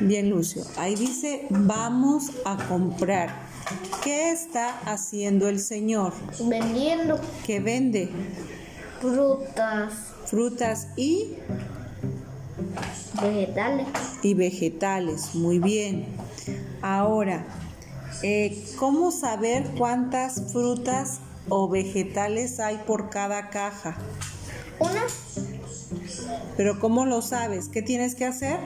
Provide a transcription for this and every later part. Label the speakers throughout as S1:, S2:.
S1: Bien, Lucio. Ahí dice, vamos a comprar. ¿Qué está haciendo el Señor?
S2: vendiendo
S1: ¿Qué vende?
S2: frutas,
S1: Frutas y,
S2: vegetales,
S1: y vegetales. Muy bien. Ahora, eh, ¿cómo saber cuántas frutas o vegetales hay por cada caja?
S2: una
S1: Pero ¿cómo lo sabes? ¿Qué tienes que hacer?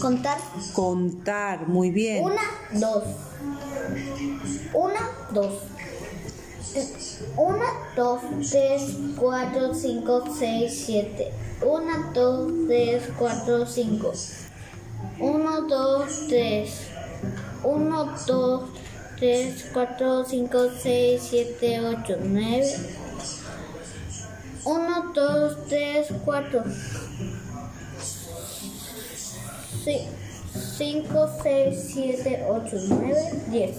S2: contar
S1: Contar. Muy bien.
S2: una, dos, una, dos, una, dos, tres, cuatro, cinco, seis, siete, una, dos, tres, cuatro, cinco, uno, dos, tres, uno, dos, tres, cuatro, cinco, seis, siete, ocho, nueve, uno, dos, tres, cuatro. 5, 6, 7, 8, 9, 10.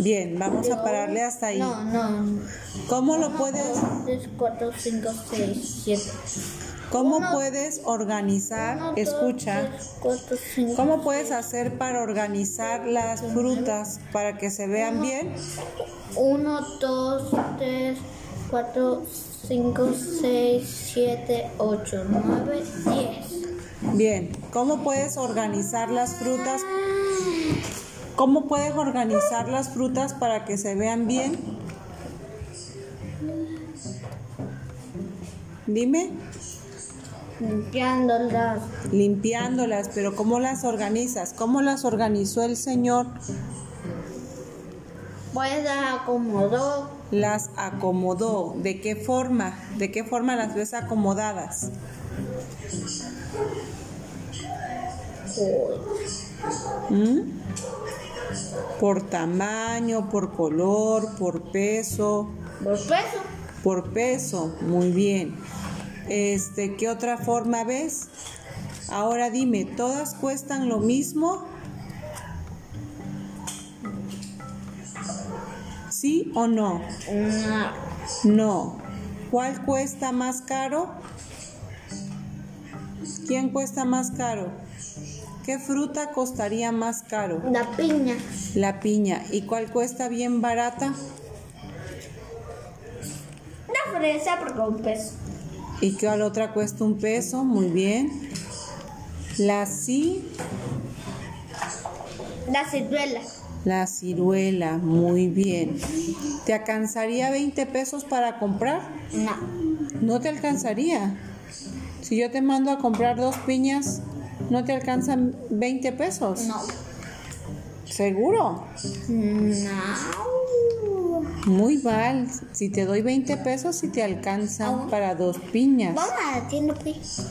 S1: Bien, vamos a pararle hasta ahí.
S2: No, no.
S1: ¿Cómo lo puedes,
S2: 3, 4, 5, 6, 7.
S1: cómo
S2: Uno,
S1: puedes organizar? Ah, Escucha.
S2: 4, 5.
S1: ¿Cómo puedes hacer para organizar las frutas para que se vean bien?
S2: 1, 2, 3, 4, 5, 6, 7, 8, 9, 10.
S1: Bien, ¿cómo puedes organizar las frutas? ¿Cómo puedes organizar las frutas para que se vean bien? Dime,
S2: Limpiándolas.
S1: limpiándolas, pero ¿cómo las organizas? ¿Cómo las organizó el Señor?
S2: Pues las acomodó.
S1: Las acomodó. ¿De qué forma? ¿De qué forma las ves acomodadas?
S2: Uy,
S1: ¿Mm? Por tamaño, por color, por peso,
S2: Por peso.
S1: por peso, muy bien. Este, ¿qué otra forma ves? Ahora dime, ¿todas cuestan lo mismo? ¿Sí o no?
S2: No.
S1: No. ¿Cuál cuesta más caro? ¿Quién cuesta más caro? ¿Qué fruta costaría más caro?
S2: La piña.
S1: La piña. ¿Y cuál cuesta bien barata?
S2: La fresa porque un peso.
S1: ¿Y cuál otra cuesta un peso? Muy bien. La ci,
S2: La ciruela.
S1: la ciruela. Muy bien. ¿Te alcanzaría 20 pesos para comprar?
S2: No.
S1: No te alcanzaría. Si yo te mando a comprar dos piñas, ¿no te alcanzan 20 pesos?
S2: No.
S1: ¿Seguro?
S2: No.
S1: Muy mal. Si te doy 20 pesos, si te alcanzan para dos piñas.
S2: Vamos a la tienda, pues.